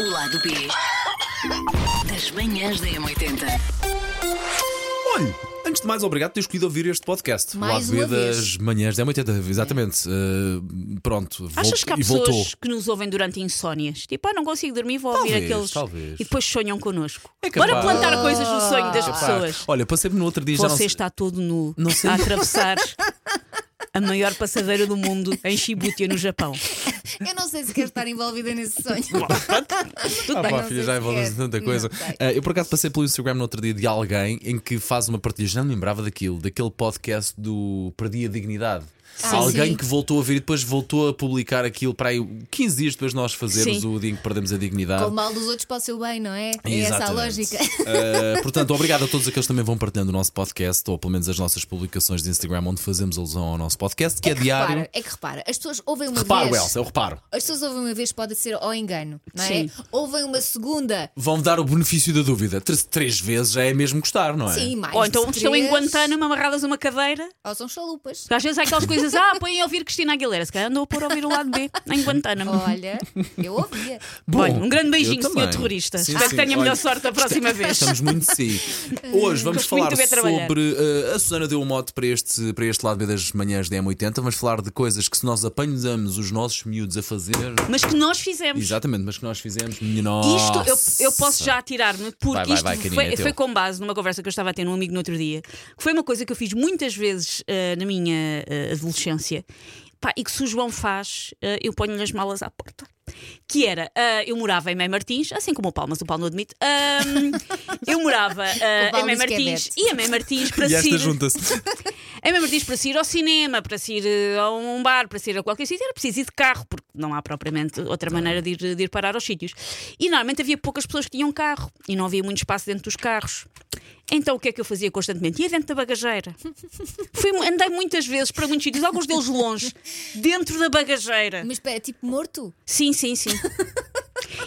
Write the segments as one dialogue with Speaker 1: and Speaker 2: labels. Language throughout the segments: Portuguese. Speaker 1: O lado B das manhãs da M80.
Speaker 2: Olhe, antes de mais, obrigado por ter escolhido ouvir este podcast.
Speaker 3: Mais
Speaker 2: Lá
Speaker 3: uma
Speaker 2: das
Speaker 3: vez.
Speaker 2: manhãs da 80, exatamente. Uh, pronto, vol-
Speaker 4: Achas que há
Speaker 2: e
Speaker 4: pessoas
Speaker 2: voltou.
Speaker 4: que nos ouvem durante insónias? Tipo, ah, não consigo dormir, vou
Speaker 2: Talvez,
Speaker 4: ouvir aqueles.
Speaker 2: talvez.
Speaker 4: E depois sonham connosco.
Speaker 2: É capaz.
Speaker 4: Bora plantar coisas no sonho das pessoas.
Speaker 2: Olha, passei-me no outro dia já não
Speaker 4: Você
Speaker 2: sei-
Speaker 4: está todo nu
Speaker 2: Não sei-
Speaker 4: a atravessar a maior passadeira do mundo em Shibuya, no Japão.
Speaker 3: Eu não sei se quero estar envolvida nesse sonho.
Speaker 2: Ah, pá,
Speaker 3: Não
Speaker 2: filha,
Speaker 3: sei
Speaker 2: já
Speaker 3: se
Speaker 2: envolve
Speaker 3: quer.
Speaker 2: tanta coisa.
Speaker 3: Não sei.
Speaker 2: Ah, eu por acaso passei pelo Instagram no outro dia de alguém em que faz uma partilha, já não me lembrava daquilo, daquele podcast do Perdi a Dignidade.
Speaker 3: Ah,
Speaker 2: alguém
Speaker 3: sim.
Speaker 2: que voltou a vir e depois voltou a publicar aquilo para aí 15 dias depois de nós fazermos
Speaker 4: Sim.
Speaker 2: o dia em que perdemos a dignidade.
Speaker 3: Com o mal dos outros para o seu bem, não é? É essa a
Speaker 2: Exatamente.
Speaker 3: lógica.
Speaker 2: Uh, portanto, obrigado a todos aqueles que também vão partilhando o nosso podcast, ou pelo menos as nossas publicações de Instagram, onde fazemos alusão ao nosso podcast, que é, diário.
Speaker 3: Repara, é que repara, as pessoas ouvem uma
Speaker 2: Reparo,
Speaker 3: vez.
Speaker 2: Elsa, eu reparo.
Speaker 3: As pessoas ouvem uma vez, pode ser ao engano, não é?
Speaker 4: Sim.
Speaker 3: Ouvem uma segunda.
Speaker 2: Vão dar o benefício da dúvida. Três, três vezes já é mesmo gostar, não é?
Speaker 3: Sim, mais.
Speaker 4: Ou então
Speaker 3: de
Speaker 4: estão em
Speaker 3: três.
Speaker 4: Guantánamo amarradas a uma cadeira.
Speaker 3: Ou são chalupas.
Speaker 4: Às vezes há aquelas coisas, ah, põem a ouvir Cristina Aguilera. Se calhar andou a pôr a ouvir o lado B em Guantánamo.
Speaker 3: Olha, eu ouvia.
Speaker 2: Oh. Bom,
Speaker 4: Olha, um grande
Speaker 2: eu
Speaker 4: beijinho, senhor
Speaker 2: também.
Speaker 4: terrorista.
Speaker 2: Sim,
Speaker 4: Espero
Speaker 2: sim.
Speaker 4: que tenha
Speaker 2: Olha,
Speaker 4: melhor sorte da próxima vez.
Speaker 2: Estamos muito sim. Hoje vamos
Speaker 4: Gosto
Speaker 2: falar
Speaker 4: muito de ver trabalhar.
Speaker 2: sobre. eh, a Susana deu um mote para este, para este lado B das manhãs da M80. Vamos falar de coisas que se nós apanhamos os nossos miúdos a fazer.
Speaker 4: Mas que nós fizemos.
Speaker 2: Exatamente, mas que nós fizemos.
Speaker 4: Isto eu,
Speaker 2: Nossa.
Speaker 4: eu posso já atirar-me,
Speaker 2: Vai,
Speaker 4: porque
Speaker 2: vai,
Speaker 4: isto
Speaker 2: vai, Karina, é
Speaker 4: foi,
Speaker 2: teu.
Speaker 4: foi com base numa conversa que eu estava a ter num amigo no outro dia, que foi uma coisa que eu fiz muitas vezes eh, na minha eh, adolescência. Pá, e que se o João faz, eh, eu ponho-lhe as malas à porta. Que era, eh, eu morava em Mãe Martins, assim como o Paulo, mas o Paulo não admite. Ahm, eu morava eh,
Speaker 3: O Paulo
Speaker 4: em Mãe
Speaker 3: diz que é
Speaker 4: Martins e a Mãe Martins para
Speaker 2: E esta
Speaker 4: se ir-
Speaker 2: junta-se.
Speaker 4: a mesma É diz para se ir ao cinema, para se ir eh, a um bar, para se ir a qualquer sítio, era preciso ir de carro, porque não há propriamente outra maneira de ir, de ir parar aos sítios. E normalmente havia poucas pessoas que tinham carro e não havia muito espaço dentro dos carros. Então o que é que eu fazia constantemente? Ia dentro da bagageira. Fui, mu- andei muitas vezes para muitos sítios, alguns deles longe, dentro da bagageira.
Speaker 3: Mas espera, tipo morto?
Speaker 4: Sim, sim, sim.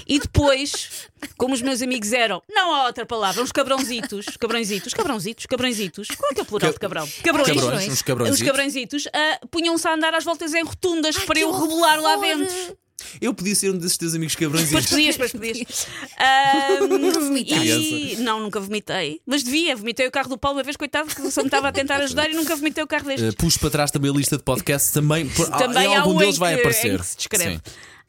Speaker 4: E depois, como os meus amigos eram, não há outra palavra, uns cabrãozitos, cabrãozitos, cabrãozitos, cabrãozitos. Qual é que é o plural de cabrão? Cabrões.
Speaker 2: Cabrões, uns cabrões.
Speaker 4: Os cabrõezitos ah, punham-se a andar às voltas em rotundas para eu rebolar lá dentro.
Speaker 2: Eu podia ser um desses teus amigos cabrões.
Speaker 4: Depois podias, depois podias. Ahm,
Speaker 3: vomitaste?
Speaker 4: e... Não, nunca vomitei. Mas devia, vomitei o carro do Paulo uma vez, coitado, que só me estava a tentar ajudar e nunca vomitei o carro deste.
Speaker 2: Uh, puxo para trás também a lista de podcasts também. por-
Speaker 4: Também
Speaker 2: em
Speaker 4: há
Speaker 2: ah, algum
Speaker 4: um
Speaker 2: deles
Speaker 4: em
Speaker 2: vai
Speaker 4: que-
Speaker 2: aparecer.
Speaker 4: em que se descreve.
Speaker 2: Sim.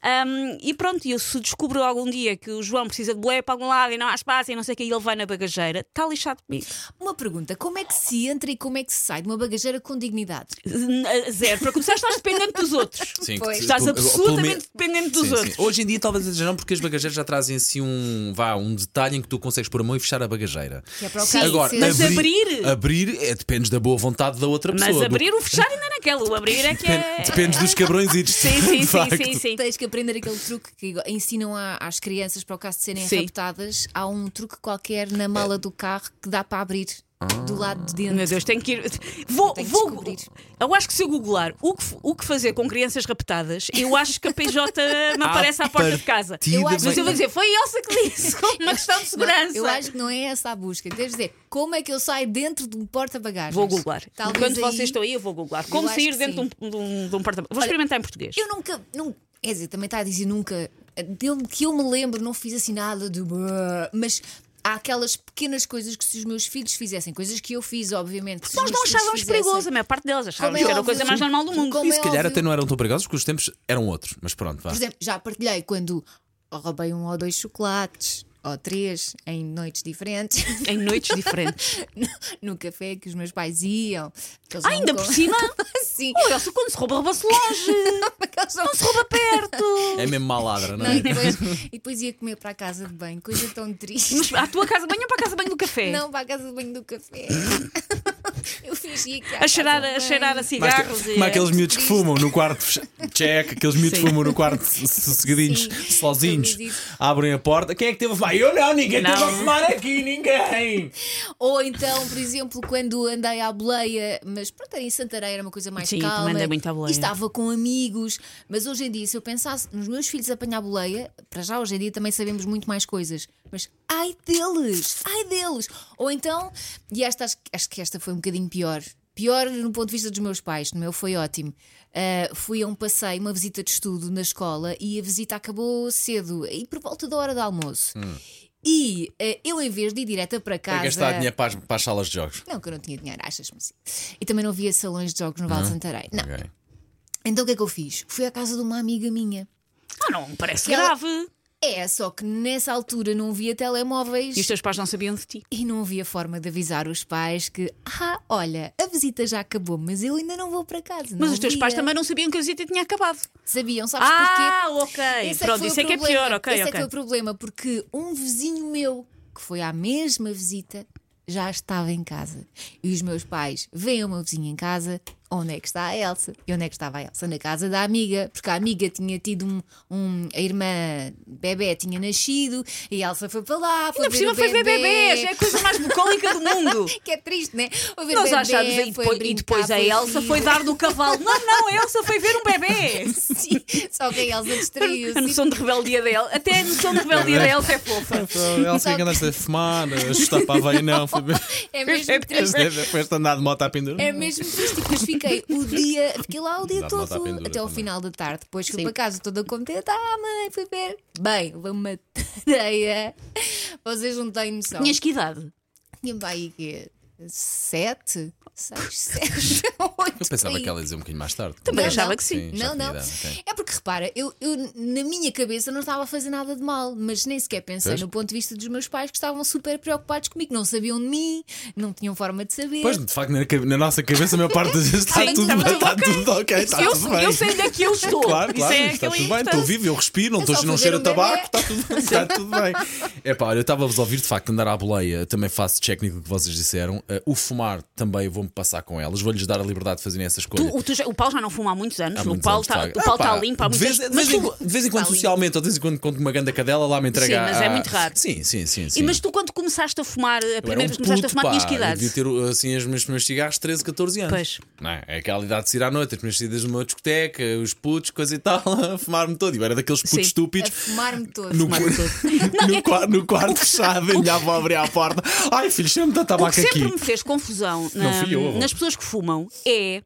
Speaker 4: Ahm, e pronto, eu se descubro algum dia que o João precisa de boleia para algum lado e não há espaço e não sei o que, e ele vai na bagageira, está lixado comigo.
Speaker 3: Uma pergunta: como é que se entra e como é que se sai de uma bagageira com dignidade?
Speaker 4: Z- Zero. Para começar, estás dependente dos outros.
Speaker 2: Sim,
Speaker 3: Pois.
Speaker 2: que-
Speaker 4: Estás
Speaker 2: pelo-
Speaker 4: absolutamente
Speaker 2: pelo
Speaker 4: dependente
Speaker 2: menos-
Speaker 4: dos
Speaker 2: sim,
Speaker 4: outros.
Speaker 2: sim. Hoje em dia talvez seja não, porque as bagageiras já trazem assim um, vá, um detalhe em que tu consegues pôr a mão e fechar a bagageira.
Speaker 3: Que é para o caso de
Speaker 2: Agora,
Speaker 3: ser-
Speaker 4: mas
Speaker 2: abrir,
Speaker 4: abrir-
Speaker 2: abrir é, depende da boa vontade da outra
Speaker 4: Mas
Speaker 2: pessoa. do-
Speaker 4: abrir o fechar ainda naquela. O abrir é que é.
Speaker 2: Depende, depende dos cabrões e
Speaker 4: Sim, sim, sim, sim, sim.
Speaker 3: Tens que aprender aquele truque que ensinam a- às crianças para o caso de serem
Speaker 4: Sim.
Speaker 3: raptadas. Há um truque qualquer na mala do carro que dá para abrir do lado de dentro.
Speaker 4: Meu Deus, tenho que ir. Vou,
Speaker 3: Tenho que
Speaker 4: vou.
Speaker 3: descobrir.
Speaker 4: Eu acho que se eu googlar o que, f- o que fazer com crianças raptadas, eu acho que a PJ me aparece à porta de casa.
Speaker 2: partida
Speaker 3: Eu acho-
Speaker 2: vai-
Speaker 4: Mas eu vou dizer, foi a Elsa que disse, como uma questão de
Speaker 3: Não,
Speaker 4: segurança.
Speaker 3: eu acho que não é essa a busca. Queres dizer, como é que eu saio dentro de um porta-bagagens?
Speaker 4: Vou googlar.
Speaker 3: Talvez
Speaker 4: Enquanto
Speaker 3: aí-
Speaker 4: vocês estão aí, eu vou googlar. Como
Speaker 3: acho
Speaker 4: sair
Speaker 3: que
Speaker 4: dentro
Speaker 3: sim.
Speaker 4: de um, de um- de um porta Vou experimentar em português.
Speaker 3: Eu nunca, nunca. Quer dizer, também está a dizer nunca. Deu-me que eu me lembro, não fiz assim nada de. brrr, Mas há aquelas pequenas coisas que se os meus filhos fizessem, coisas que eu fiz, obviamente. que se os
Speaker 4: Nós
Speaker 3: meus
Speaker 4: não
Speaker 3: filhos
Speaker 4: achávamos
Speaker 3: fizessem-
Speaker 4: perigoso, a maior parte delas achávamos
Speaker 3: Como é
Speaker 4: que era a
Speaker 3: óbvio.
Speaker 4: coisa mais normal do mundo.
Speaker 3: Como
Speaker 2: E se
Speaker 3: é
Speaker 2: calhar
Speaker 3: óbvio.
Speaker 2: até não eram tão perigosos porque os tempos eram outros. Mas pronto, vá.
Speaker 3: Por exemplo, já partilhei quando roubei um ou dois chocolates ou três em noites diferentes
Speaker 4: é Em noites diferentes.
Speaker 3: no, no café que os meus pais iam. que eles
Speaker 4: Ah,
Speaker 3: não
Speaker 4: ainda
Speaker 3: com-
Speaker 4: por cima?
Speaker 3: Sim.
Speaker 4: Oh, Elsa, quando se rouba, rouba-se longe.
Speaker 3: Porque eles não-
Speaker 4: Não se rouba perto.
Speaker 2: É mesmo maladra, não
Speaker 3: Não,
Speaker 2: é?
Speaker 3: e, depois, e depois ia comer para a casa de banho, coisa tão triste.
Speaker 4: Mas à tua casa de banho ou para a casa de banho do café?
Speaker 3: Não para a casa de banho do café. Eu fingia que
Speaker 4: A cheirar a, cheirar a
Speaker 2: Mais que-
Speaker 4: cigarros e.
Speaker 2: como é aqueles miúdos que fumam no quarto fecha- check, aqueles miúdos que
Speaker 4: Sim.
Speaker 2: fumam no quarto so- sossegadinhos,
Speaker 3: Sim,
Speaker 2: sozinhos,
Speaker 3: também disse.
Speaker 2: abrem a porta. Quem é que teve a fumar? Eu não, ninguém
Speaker 4: Não.
Speaker 2: teve a fumar aqui, ninguém!
Speaker 3: Ou então, por exemplo, quando andei à boleia, mas pronto, era em Santarém era uma coisa mais
Speaker 4: Sim, eu
Speaker 3: calma.
Speaker 4: também andei muito à boleia.
Speaker 3: E estava com amigos, mas hoje em dia, se eu pensasse nos meus filhos apanhar boleia, para já hoje em dia também sabemos muito mais coisas, mas ai deles, ai deles. Ou então, e esta, acho que- acho que esta foi um bocadinho pior. Pior no ponto de vista dos meus pais, no meu foi ótimo. Uh, fui a um passeio, uma visita de estudo na escola e a visita acabou cedo, e por volta da hora do almoço. E uh, eu, em vez de ir direta para
Speaker 2: Hum. Para
Speaker 3: casa.
Speaker 2: gastar dinheiro para as, para as salas de jogos.
Speaker 3: Não, que eu não tinha dinheiro, achas-me assim. E também não havia salões de jogos no Val de Santarém. Não.
Speaker 2: Ok.
Speaker 3: Então o que é que eu fiz? Fui à casa de uma amiga minha.
Speaker 4: Ah, não, me parece
Speaker 3: Ela-
Speaker 4: grave.
Speaker 3: É, só que nessa altura não havia telemóveis
Speaker 4: E os teus pais não sabiam de ti.
Speaker 3: e não havia forma de avisar os pais que, ah, olha, a visita já acabou, mas eu ainda não vou para casa.
Speaker 4: Mas
Speaker 3: Não
Speaker 4: os teus
Speaker 3: havia.
Speaker 4: pais também não sabiam que a visita tinha acabado.
Speaker 3: sabiam, sabes
Speaker 4: ah,
Speaker 3: porquê?
Speaker 4: ok.
Speaker 3: Esse
Speaker 4: Pronto,
Speaker 3: foi o
Speaker 4: isso é que é
Speaker 3: problema.
Speaker 4: pior, ok,
Speaker 3: Esse é que
Speaker 4: ok.
Speaker 3: foi o problema, porque um vizinho meu que foi à mesma visita já estava em casa. E os meus pais veem o meu vizinho em casa, onde é que está a Elsa? E onde é que estava a Elsa? Na casa da amiga, porque a amiga tinha tido um. um- a irmã bebê tinha nascido e a Elsa foi para lá. Foi
Speaker 4: Ainda por
Speaker 3: ver
Speaker 4: cima
Speaker 3: o
Speaker 4: foi ver
Speaker 3: bebê.
Speaker 4: bebês, é a coisa mais bucólica do mundo.
Speaker 3: Que é triste, né? Foi ver
Speaker 4: Nós
Speaker 3: bebê,
Speaker 4: achámos e
Speaker 3: foi
Speaker 4: depois, e
Speaker 3: brincar,
Speaker 4: depois a Elsa
Speaker 3: rir.
Speaker 4: foi dar do cavalo. Não, não, a Elsa foi ver um bebê.
Speaker 3: Sim, só que a Elsa distraiu-se.
Speaker 4: A noção de rebeldia dela, até a noção de rebeldia da Elsa é fofa.
Speaker 2: Ela
Speaker 3: Só
Speaker 2: tinha
Speaker 3: que-
Speaker 2: que andaste a fumar, a chutar para a veia, não. Foi bem-
Speaker 3: É mesmo triste.
Speaker 2: Depois de andar de moto à pendura.
Speaker 3: É mesmo triste, mas fiquei o dia, fiquei lá o dia
Speaker 2: Dá-me
Speaker 3: todo,
Speaker 2: nota à pendura
Speaker 3: até ao
Speaker 2: também.
Speaker 3: final da tarde. Depois fui
Speaker 4: Sim.
Speaker 3: para casa toda contente. Ah, mãe, fui ver. Bem, levei uma tareia. Vocês não têm noção.
Speaker 4: Tinhas que idade?
Speaker 3: Tinha para aí quê? Sete? Seis, sete, oito.
Speaker 2: Eu pensava
Speaker 3: aí.
Speaker 2: que ela ia dizer um bocadinho mais tarde.
Speaker 4: Também
Speaker 3: Não,
Speaker 4: achava
Speaker 3: não.
Speaker 4: que sim.
Speaker 2: já
Speaker 3: Não,
Speaker 2: tinha
Speaker 3: não.
Speaker 2: idade, ok.
Speaker 3: É porque repara, eu, eu, na minha cabeça não estava a fazer nada de mal, mas nem sequer pensei
Speaker 2: Pois.
Speaker 3: no ponto de vista dos meus pais que estavam super preocupados comigo, não sabiam de mim, não tinham forma de saber.
Speaker 2: Pois, de facto, na, cabe- na nossa cabeça, a maior parte das vezes está
Speaker 3: Sim,
Speaker 2: tudo
Speaker 3: estava
Speaker 2: bem.
Speaker 3: tudo
Speaker 2: Está tudo ok, está
Speaker 4: eu,
Speaker 2: tudo bem.
Speaker 4: eu sei onde é que eu estou.
Speaker 2: Claro,
Speaker 4: Isso
Speaker 2: claro,
Speaker 4: é
Speaker 2: está
Speaker 4: aquela
Speaker 2: tudo bem, estou
Speaker 4: importância.
Speaker 2: vivo, eu respiro, não, estou,
Speaker 3: só
Speaker 2: não
Speaker 3: fazer
Speaker 2: cheiro a
Speaker 3: um bebê.
Speaker 2: tabaco, está tudo, está tudo bem. É pá, olha, eu estava-vos a ouvir, de facto, andar à boleia, também faço técnico que vocês disseram. Eh, o fumar também vou-me passar com elas, vou-lhes dar a liberdade de fazerem essas coisas.
Speaker 4: Tu- o, tu já- o Paulo já não fuma há muitos anos.
Speaker 2: Há
Speaker 4: o
Speaker 2: muitos
Speaker 4: Paulo
Speaker 2: anos,
Speaker 4: está
Speaker 2: de facto.
Speaker 4: Paulo
Speaker 2: Ah,
Speaker 4: tá
Speaker 2: pá,
Speaker 4: limpo há
Speaker 2: de
Speaker 4: muitos
Speaker 2: vez,
Speaker 4: anos.
Speaker 2: de vez
Speaker 4: Mas
Speaker 2: em,
Speaker 4: tu- tá
Speaker 2: de vez em quando,
Speaker 3: Está limpo.
Speaker 2: socialmente, ou de vez em quando, quando uma ganda cadela lá me entrega.
Speaker 4: Sim, mas é
Speaker 2: a-
Speaker 4: muito raro.
Speaker 2: Sim, sim, sim. sim.
Speaker 4: E mas tu quando começaste a fumar, a
Speaker 2: Eu era
Speaker 4: primeira
Speaker 2: um
Speaker 4: vez que começaste a
Speaker 2: puto,
Speaker 4: fumar,
Speaker 2: pá,
Speaker 4: tinhas que idade?
Speaker 2: Eu devia ter assim, os meus primeiros cigarros 13, 14 anos.
Speaker 4: Pois.
Speaker 2: Não é? É aquela idade de sair à noite, as minhas saídas numa discoteca, os putos, coisa e tal, a fumar-me todo. E eu era daqueles putos
Speaker 4: Sim.
Speaker 3: A
Speaker 2: estúpidos.
Speaker 3: fumar-me todo. é
Speaker 2: No, no, qua- no quarto fechado, e a minha avó abria a porta. Ai, filho, chama-me da
Speaker 4: O que
Speaker 2: tabaco
Speaker 4: sempre
Speaker 2: aqui.
Speaker 4: me fez confusão
Speaker 2: Não
Speaker 4: na-
Speaker 2: fui eu, avó.
Speaker 4: nas pessoas que fumam é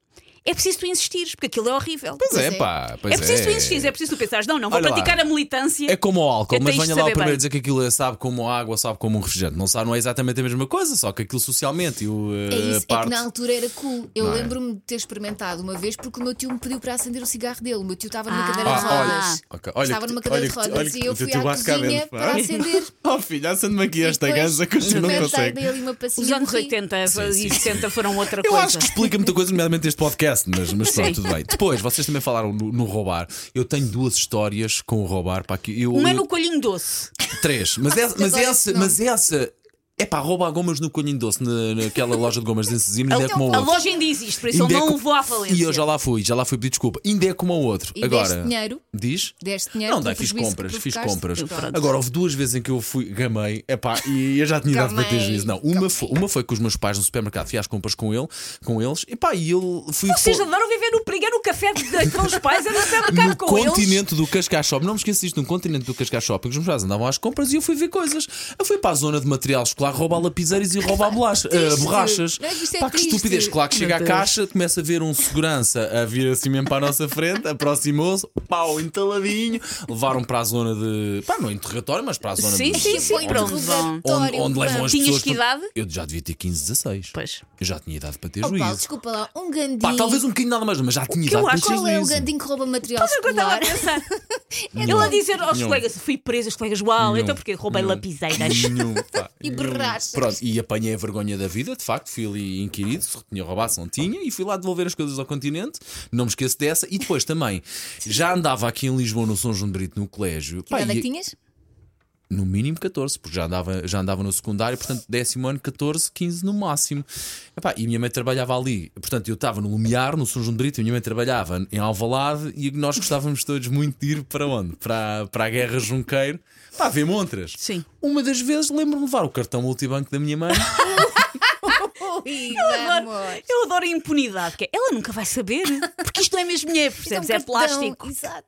Speaker 4: é preciso tu insistires, porque aquilo é horrível.
Speaker 2: Pois é,
Speaker 3: Pois é.
Speaker 2: pá, pois
Speaker 4: é preciso tu insistires, é preciso tu pensares, não, não, vou
Speaker 2: Olha lá.
Speaker 4: praticar a militância.
Speaker 2: É como o álcool,
Speaker 4: Eu
Speaker 2: mas
Speaker 4: tenho de
Speaker 2: venha lá o
Speaker 4: saber
Speaker 2: primeiro
Speaker 4: bem.
Speaker 2: dizer que aquilo é, sabe como água, sabe como um refrigerante. Não sabe, não é exatamente a mesma coisa, só que aquilo socialmente e o
Speaker 3: É
Speaker 2: eh,
Speaker 3: isso, é que
Speaker 2: parte.
Speaker 3: na altura era cool. Eu
Speaker 2: Não é?
Speaker 3: lembro-me de ter experimentado uma vez porque o meu tio me pediu para acender o cigarro dele. O meu tio estava numa
Speaker 4: Ah.
Speaker 3: cadeira de
Speaker 4: Ah, olha.
Speaker 3: rodas.
Speaker 2: Ok, olha
Speaker 3: estava
Speaker 2: que-
Speaker 3: numa cadeira
Speaker 2: olha
Speaker 3: de
Speaker 2: que-
Speaker 3: rodas
Speaker 2: olha que
Speaker 3: e eu
Speaker 2: o
Speaker 3: fui
Speaker 2: teu
Speaker 3: à
Speaker 2: barco cá
Speaker 3: cozinha
Speaker 2: dentro, não é?
Speaker 3: para acender.
Speaker 2: Oh filho, acende-me aqui esta
Speaker 3: E depois
Speaker 2: ganza que eu não
Speaker 3: experimentei
Speaker 2: consegue.
Speaker 3: dele uma passinha
Speaker 4: Os
Speaker 3: de
Speaker 4: anos
Speaker 3: rim.
Speaker 4: 80
Speaker 2: Sim, sim,
Speaker 4: e 70 foram outra
Speaker 2: Eu
Speaker 4: coisa.
Speaker 2: acho que explica muita coisa, nomeadamente este podcast, mas, mas pronto, tudo bem. Depois, vocês também falaram no, no roubar. Eu tenho duas histórias com o roubar. Pá, que eu,
Speaker 4: Uma é
Speaker 2: eu-
Speaker 4: no colhinho doce.
Speaker 2: Três. Mas essa. Mas
Speaker 3: Adoro
Speaker 2: essa,
Speaker 3: esse nome.
Speaker 2: mas essa é pá, rouba gomas no Coelhinho Doce, na, naquela loja de gomas de Enzesimes, ainda é como o
Speaker 4: A
Speaker 2: outro.
Speaker 4: loja ainda existe, por isso eu
Speaker 2: Ainda é
Speaker 4: não
Speaker 2: co-
Speaker 4: vou à falência.
Speaker 2: E eu já lá fui, já lá fui pedir desculpa. Ainda é como o outro.
Speaker 3: E
Speaker 2: Agora.
Speaker 3: deste dinheiro.
Speaker 2: Diz?
Speaker 3: Deste dinheiro
Speaker 2: Não dá,
Speaker 3: pelo
Speaker 2: fiz
Speaker 3: prejuízo
Speaker 2: compras,
Speaker 3: que
Speaker 2: fiz
Speaker 3: provocaste.
Speaker 2: compras.
Speaker 3: Pronto.
Speaker 2: Agora, houve duas vezes em que eu fui, gamei, epá, e eu já tinha idade para ter
Speaker 3: Gamei.
Speaker 2: juízo. Não, uma foi, uma foi com os meus pais no supermercado, fui às compras com, ele, com eles, epá, e eu fui.
Speaker 4: Vocês
Speaker 2: fo-
Speaker 4: adoram viver no perigo, no café daqueles pais, era
Speaker 2: no
Speaker 4: supermercado com eles.
Speaker 2: continente do Cascais Shopping, não me esqueço disto, no continente do Cascais Shopping, os meus pais andavam às compras e eu fui ver coisas. Eu fui para a zona de material escolar roubar lapiseiros e
Speaker 4: é
Speaker 2: roubar bolacha, eh,
Speaker 3: Triste.
Speaker 2: borrachas.
Speaker 3: Não é que isto é
Speaker 2: Pá, que
Speaker 3: triste?
Speaker 2: estupidez. Claro que chega à
Speaker 4: Meu Deus.
Speaker 2: caixa, começa a ver um segurança a vir assim mesmo para a nossa frente, aproximou-se, pau, entaladinho, levaram para a zona de. pá, não é interrogatório, mas para a zona
Speaker 4: Sim,
Speaker 2: de.
Speaker 4: sim, sim,
Speaker 3: Foi
Speaker 4: pronto.
Speaker 3: interrogatório,
Speaker 2: Onde, onde levam as
Speaker 4: Tinhas
Speaker 2: pessoas.
Speaker 4: que idade?
Speaker 2: Eu já devia ter 15, 16.
Speaker 4: Pois.
Speaker 2: Eu já tinha idade para ter
Speaker 3: Oh, Paulo,
Speaker 2: juízo.
Speaker 3: desculpa lá, um gandinho.
Speaker 2: Pá, talvez um bocadinho nada mais, mas já tinha
Speaker 4: que eu
Speaker 2: idade para
Speaker 4: acho- um
Speaker 2: ter
Speaker 3: Qual é o
Speaker 2: juízo.
Speaker 3: gandinho que rouba material
Speaker 4: Sabe o que eu estava a
Speaker 3: escolar? É
Speaker 4: pensar? Ele a dizer aos
Speaker 2: Não.
Speaker 4: colegas: fui preso, os colegas, uau, então porque roubei
Speaker 2: Não.
Speaker 4: lapiseiras.
Speaker 2: Nenhum, pá,
Speaker 3: E
Speaker 2: nenhum.
Speaker 3: borrachas.
Speaker 2: Pronto, e apanhei a vergonha da vida, de facto, fui ali inquirido, se tinha roubado, se não tinha, e fui lá devolver as coisas ao continente, não me esqueço dessa, e depois também, já andava aqui em Lisboa no São João de Brito, no colégio,
Speaker 3: Que
Speaker 2: Pá,
Speaker 3: idade é
Speaker 2: e-
Speaker 3: que tinhas?
Speaker 2: no mínimo 14, porque já andava, já andava no secundário, portanto, décimo ano, 14, 15 no máximo. Epá, e a minha mãe trabalhava ali, portanto, eu estava no Lumiar, no São João de Brito, e a minha mãe trabalhava em Alvalade, e nós gostávamos todos muito de ir para onde? Para, para a Guerra Junqueiro, para ver montras.
Speaker 4: Sim.
Speaker 2: Uma das vezes lembro-me de levar o cartão multibanco da minha mãe
Speaker 3: Ui,
Speaker 4: Eu adoro,
Speaker 3: vamos.
Speaker 4: eu adoro a impunidade, que é, ela nunca vai saber, porque isto não é mesmo dinheiro,
Speaker 3: Isto um
Speaker 4: percebes? É
Speaker 3: cartão,
Speaker 4: plástico.
Speaker 3: Exato.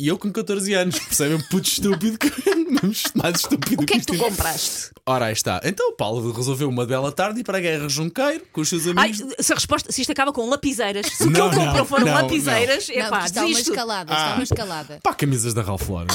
Speaker 2: E eu com 14 anos, percebem? Puto estúpido, que- mais estúpido
Speaker 4: O que é que tu
Speaker 2: isto.
Speaker 4: compraste?
Speaker 2: Ora, aí está. Então o Paulo resolveu uma bela tarde ir para a Guerra Junqueiro com os seus
Speaker 4: Ai,
Speaker 2: amigos.
Speaker 4: se a resposta, se isto acaba com lapizeiras, se o que
Speaker 2: Não,
Speaker 4: ele comprou
Speaker 2: não,
Speaker 4: foram
Speaker 2: não,
Speaker 4: lapiseiras, é pá,
Speaker 3: Não, porque está uma
Speaker 4: desisto.
Speaker 3: escalada, está
Speaker 2: Ah.
Speaker 3: uma escalada.
Speaker 2: Pá, camisas da Ralph Lauren.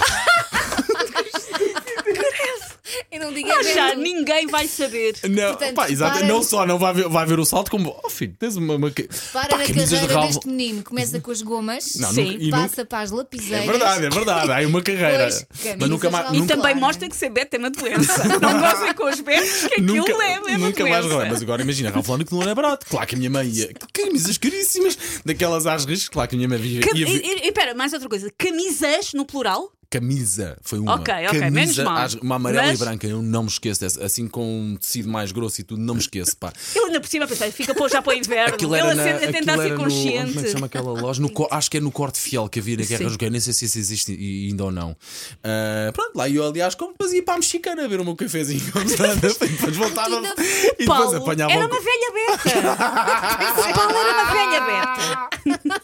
Speaker 3: Eu não digo
Speaker 4: Ah,
Speaker 3: é
Speaker 4: já
Speaker 3: mesmo.
Speaker 4: ninguém vai saber.
Speaker 2: Não,
Speaker 3: Portanto,
Speaker 2: pá, exato.
Speaker 3: para-
Speaker 2: Não só não vai ver, vai ver o salto, como, oh filho, tens uma. uma... ca-
Speaker 3: Para
Speaker 2: pá,
Speaker 3: na
Speaker 2: camisas
Speaker 3: carreira
Speaker 2: de Ralph.
Speaker 3: deste menino. Começa com as gomas,
Speaker 2: Não,
Speaker 4: Sim.
Speaker 2: nunca- e
Speaker 3: passa para as lapiseiras.
Speaker 2: É verdade, é verdade. Há aí uma carreira.
Speaker 3: Pois,
Speaker 2: Mas
Speaker 3: camisas
Speaker 2: nunca mais.
Speaker 3: Ralph
Speaker 4: E
Speaker 2: Nunca,
Speaker 3: Lauren.
Speaker 4: também
Speaker 3: Claro.
Speaker 4: mostra que ser beta é uma doença. Não gozem com os betos, que aquilo
Speaker 2: nunca,
Speaker 4: leva, é uma
Speaker 2: nunca mais
Speaker 4: doença.
Speaker 2: reparei. Mas agora imagina, Ralph Lauren que não era barato. Claro que a minha mãe ia. Camisas caríssimas, daquelas às riscas. Claro que a minha mãe ia.
Speaker 4: Cam-
Speaker 2: ia ver-
Speaker 4: e, e- e pera, mais outra coisa. Camisas no plural?
Speaker 2: Camisa, foi uma.
Speaker 4: Ok, ok,
Speaker 2: Camisa,
Speaker 4: menos mal.
Speaker 2: às- uma amarela
Speaker 4: Mas-
Speaker 2: e branca, eu não me esqueço dessa. Assim com um tecido mais grosso e tudo, não me esqueço, pá.
Speaker 4: Eu ainda por cima pensei, fica pô, já para o inverno.
Speaker 2: Aquilo
Speaker 4: Ele
Speaker 2: era na,
Speaker 4: sempre a tentar
Speaker 2: aquilo
Speaker 4: ser
Speaker 2: era no, como é que
Speaker 4: consciente.
Speaker 2: se chama aquela loja? No Co- acho que é no Corte Fiel que havia na Guerra
Speaker 4: Sim.
Speaker 2: Joguei, nem sei se isso existe i- ainda ou não. Ah, pronto, lá eu aliás, como depois ia para a mexicana ver o meu cafezinho, e depois voltava
Speaker 3: Ainda-
Speaker 2: e depois
Speaker 4: Paulo
Speaker 2: apanhava
Speaker 4: era
Speaker 2: o-
Speaker 4: uma velha beta. o Paulo era uma velha beta.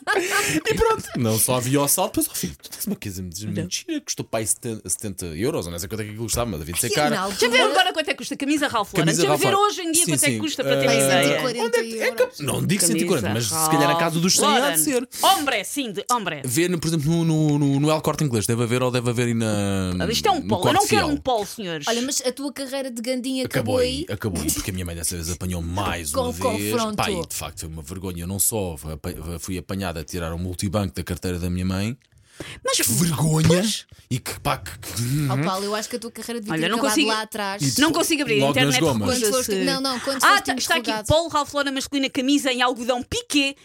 Speaker 2: E pronto, não só havia o salto, mas ó filho, tu tens uma coisa mentira, custou para aí 70, 70 euros, ou não sei quanto é que custava, mas devia de ser
Speaker 3: Que na
Speaker 2: cara.
Speaker 3: altura-
Speaker 4: Deixa eu ver agora quanto é que custa a camisa Ralph Lauren.
Speaker 2: Camisa
Speaker 4: Deixa eu
Speaker 2: Ralph
Speaker 4: ver
Speaker 2: Lauren.
Speaker 4: hoje em dia
Speaker 2: Sim,
Speaker 4: quanto é que
Speaker 2: sim.
Speaker 4: custa para ter
Speaker 2: Ah,
Speaker 4: ideia.
Speaker 3: 140 euros.
Speaker 2: é Não digo
Speaker 4: Camisa
Speaker 2: 140, mas se
Speaker 4: Ralph
Speaker 2: calhar na casa dos 100 há
Speaker 4: Lauren.
Speaker 2: de ser.
Speaker 4: Hombre, sim, de hombre.
Speaker 2: Vê, no- por exemplo, no, no, no, no El Corte Inglês, deve haver ou deve haver aí na.
Speaker 4: Isto é um
Speaker 2: Hum, no
Speaker 4: polo. Eu
Speaker 2: Corte
Speaker 4: não quero
Speaker 2: Fiel.
Speaker 4: um polo, senhores.
Speaker 3: Olha, mas a tua carreira de Gandinha
Speaker 2: Acabou
Speaker 3: acabou,
Speaker 2: aí, acabou aí, porque a minha mãe dessa vez apanhou mais
Speaker 3: Com-
Speaker 2: uma vez.
Speaker 3: confrontou.
Speaker 2: Pá, e de facto foi uma vergonha. Eu não só apa- fui apanhada a tirar o multibanco da carteira da minha mãe,
Speaker 4: Mas
Speaker 2: que vergonha! E que pá, que. que-
Speaker 3: Ó Paulo, eu acho que a tua carreira devia
Speaker 4: Olha,
Speaker 3: ter
Speaker 4: não
Speaker 3: acabado
Speaker 4: consigo-
Speaker 3: lá atrás.
Speaker 2: E-
Speaker 4: Não consigo abrir a
Speaker 2: Logo nas
Speaker 4: internet.
Speaker 2: gomas.
Speaker 4: recusa-se.
Speaker 3: Quando foste- não, não, quando
Speaker 4: ah,
Speaker 3: foste
Speaker 4: tá- está aqui:
Speaker 3: interrogado.
Speaker 4: Paulo Ralph Lauren masculina, camisa em algodão piqué,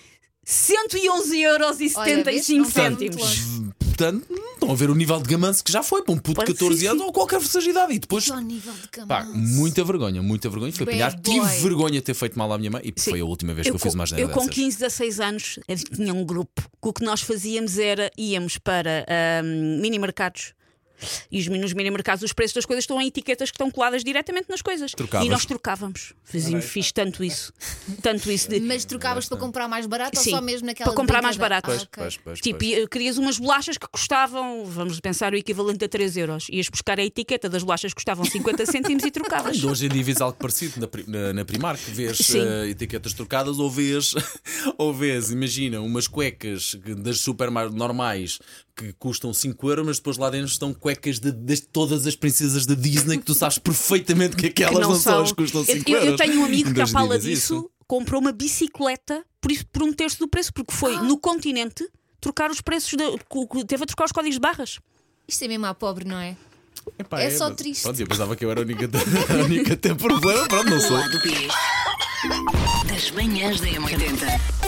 Speaker 4: 111,75
Speaker 3: Olha, vês? Não está muito
Speaker 4: cêntimos.
Speaker 3: longe.
Speaker 2: Portanto, estão a ver o nível de gamanço que já foi para um puto de
Speaker 4: Pode-
Speaker 2: 14
Speaker 4: sim,
Speaker 2: anos
Speaker 4: sim.
Speaker 2: ou qualquer fragilidade. E depois,
Speaker 3: Só nível de cama.
Speaker 2: pá, muita vergonha, muita vergonha. Fui
Speaker 3: Bad
Speaker 2: apanhar,
Speaker 3: boy.
Speaker 2: tive vergonha de ter feito mal à minha mãe e
Speaker 4: Sim.
Speaker 2: foi a última vez que eu fiz
Speaker 4: com-
Speaker 2: mais nada
Speaker 4: Eu com
Speaker 2: dessas.
Speaker 4: 15, 16 anos eu tinha um grupo que o que nós fazíamos era íamos para hum, mini mercados. E os, nos mini mercados os preços das coisas estão em etiquetas que estão coladas diretamente nas coisas.
Speaker 2: Trocavas.
Speaker 4: E nós trocávamos. Fazíamos, fiz tanto isso. Tanto isso de.
Speaker 3: Mas trocavas para comprar mais barato
Speaker 4: Sim,
Speaker 3: ou só mesmo naquela
Speaker 4: para comprar mais
Speaker 3: brincadeira?
Speaker 4: barato. Pois,
Speaker 3: Ah, ok.
Speaker 2: Pois, pois,
Speaker 4: Tipo,
Speaker 2: pois.
Speaker 4: e- querias umas bolachas que custavam, vamos pensar, o equivalente a 3 euros. Ias buscar a etiqueta das bolachas que custavam 50 cêntimos e trocavas.
Speaker 2: Ainda hoje em dia vês algo parecido na, pri- na, na Primark, vês
Speaker 4: Sim.
Speaker 2: eh, etiquetas trocadas ou vês, ou vês, imagina, umas cuecas que- das super mar- normais que custam 5 euros, mas depois lá dentro estão cuecas de, de todas as princesas da Disny que tu sabes perfeitamente que
Speaker 4: que
Speaker 2: aquelas não, são as que custam
Speaker 4: Eu-
Speaker 2: 5
Speaker 4: eu,
Speaker 2: euros.
Speaker 4: eu tenho um amigo
Speaker 2: Ainda
Speaker 4: que, à
Speaker 2: hoje
Speaker 4: pala
Speaker 2: dizes isso?
Speaker 4: disso, comprou uma bicicleta por, isso- por um terço do preço, porque foi no continente trocar os preços, da- cu- cu- teve a trocar os códigos de barras.
Speaker 3: Isto é mesmo à pobre, não é?
Speaker 2: Epá,
Speaker 3: É só
Speaker 2: mas-
Speaker 3: triste.
Speaker 2: Pronto, eu pensava que eu era a única, a única que tem problema, pronto, não
Speaker 1: O
Speaker 2: sou.
Speaker 1: lado B das manhãs da M80.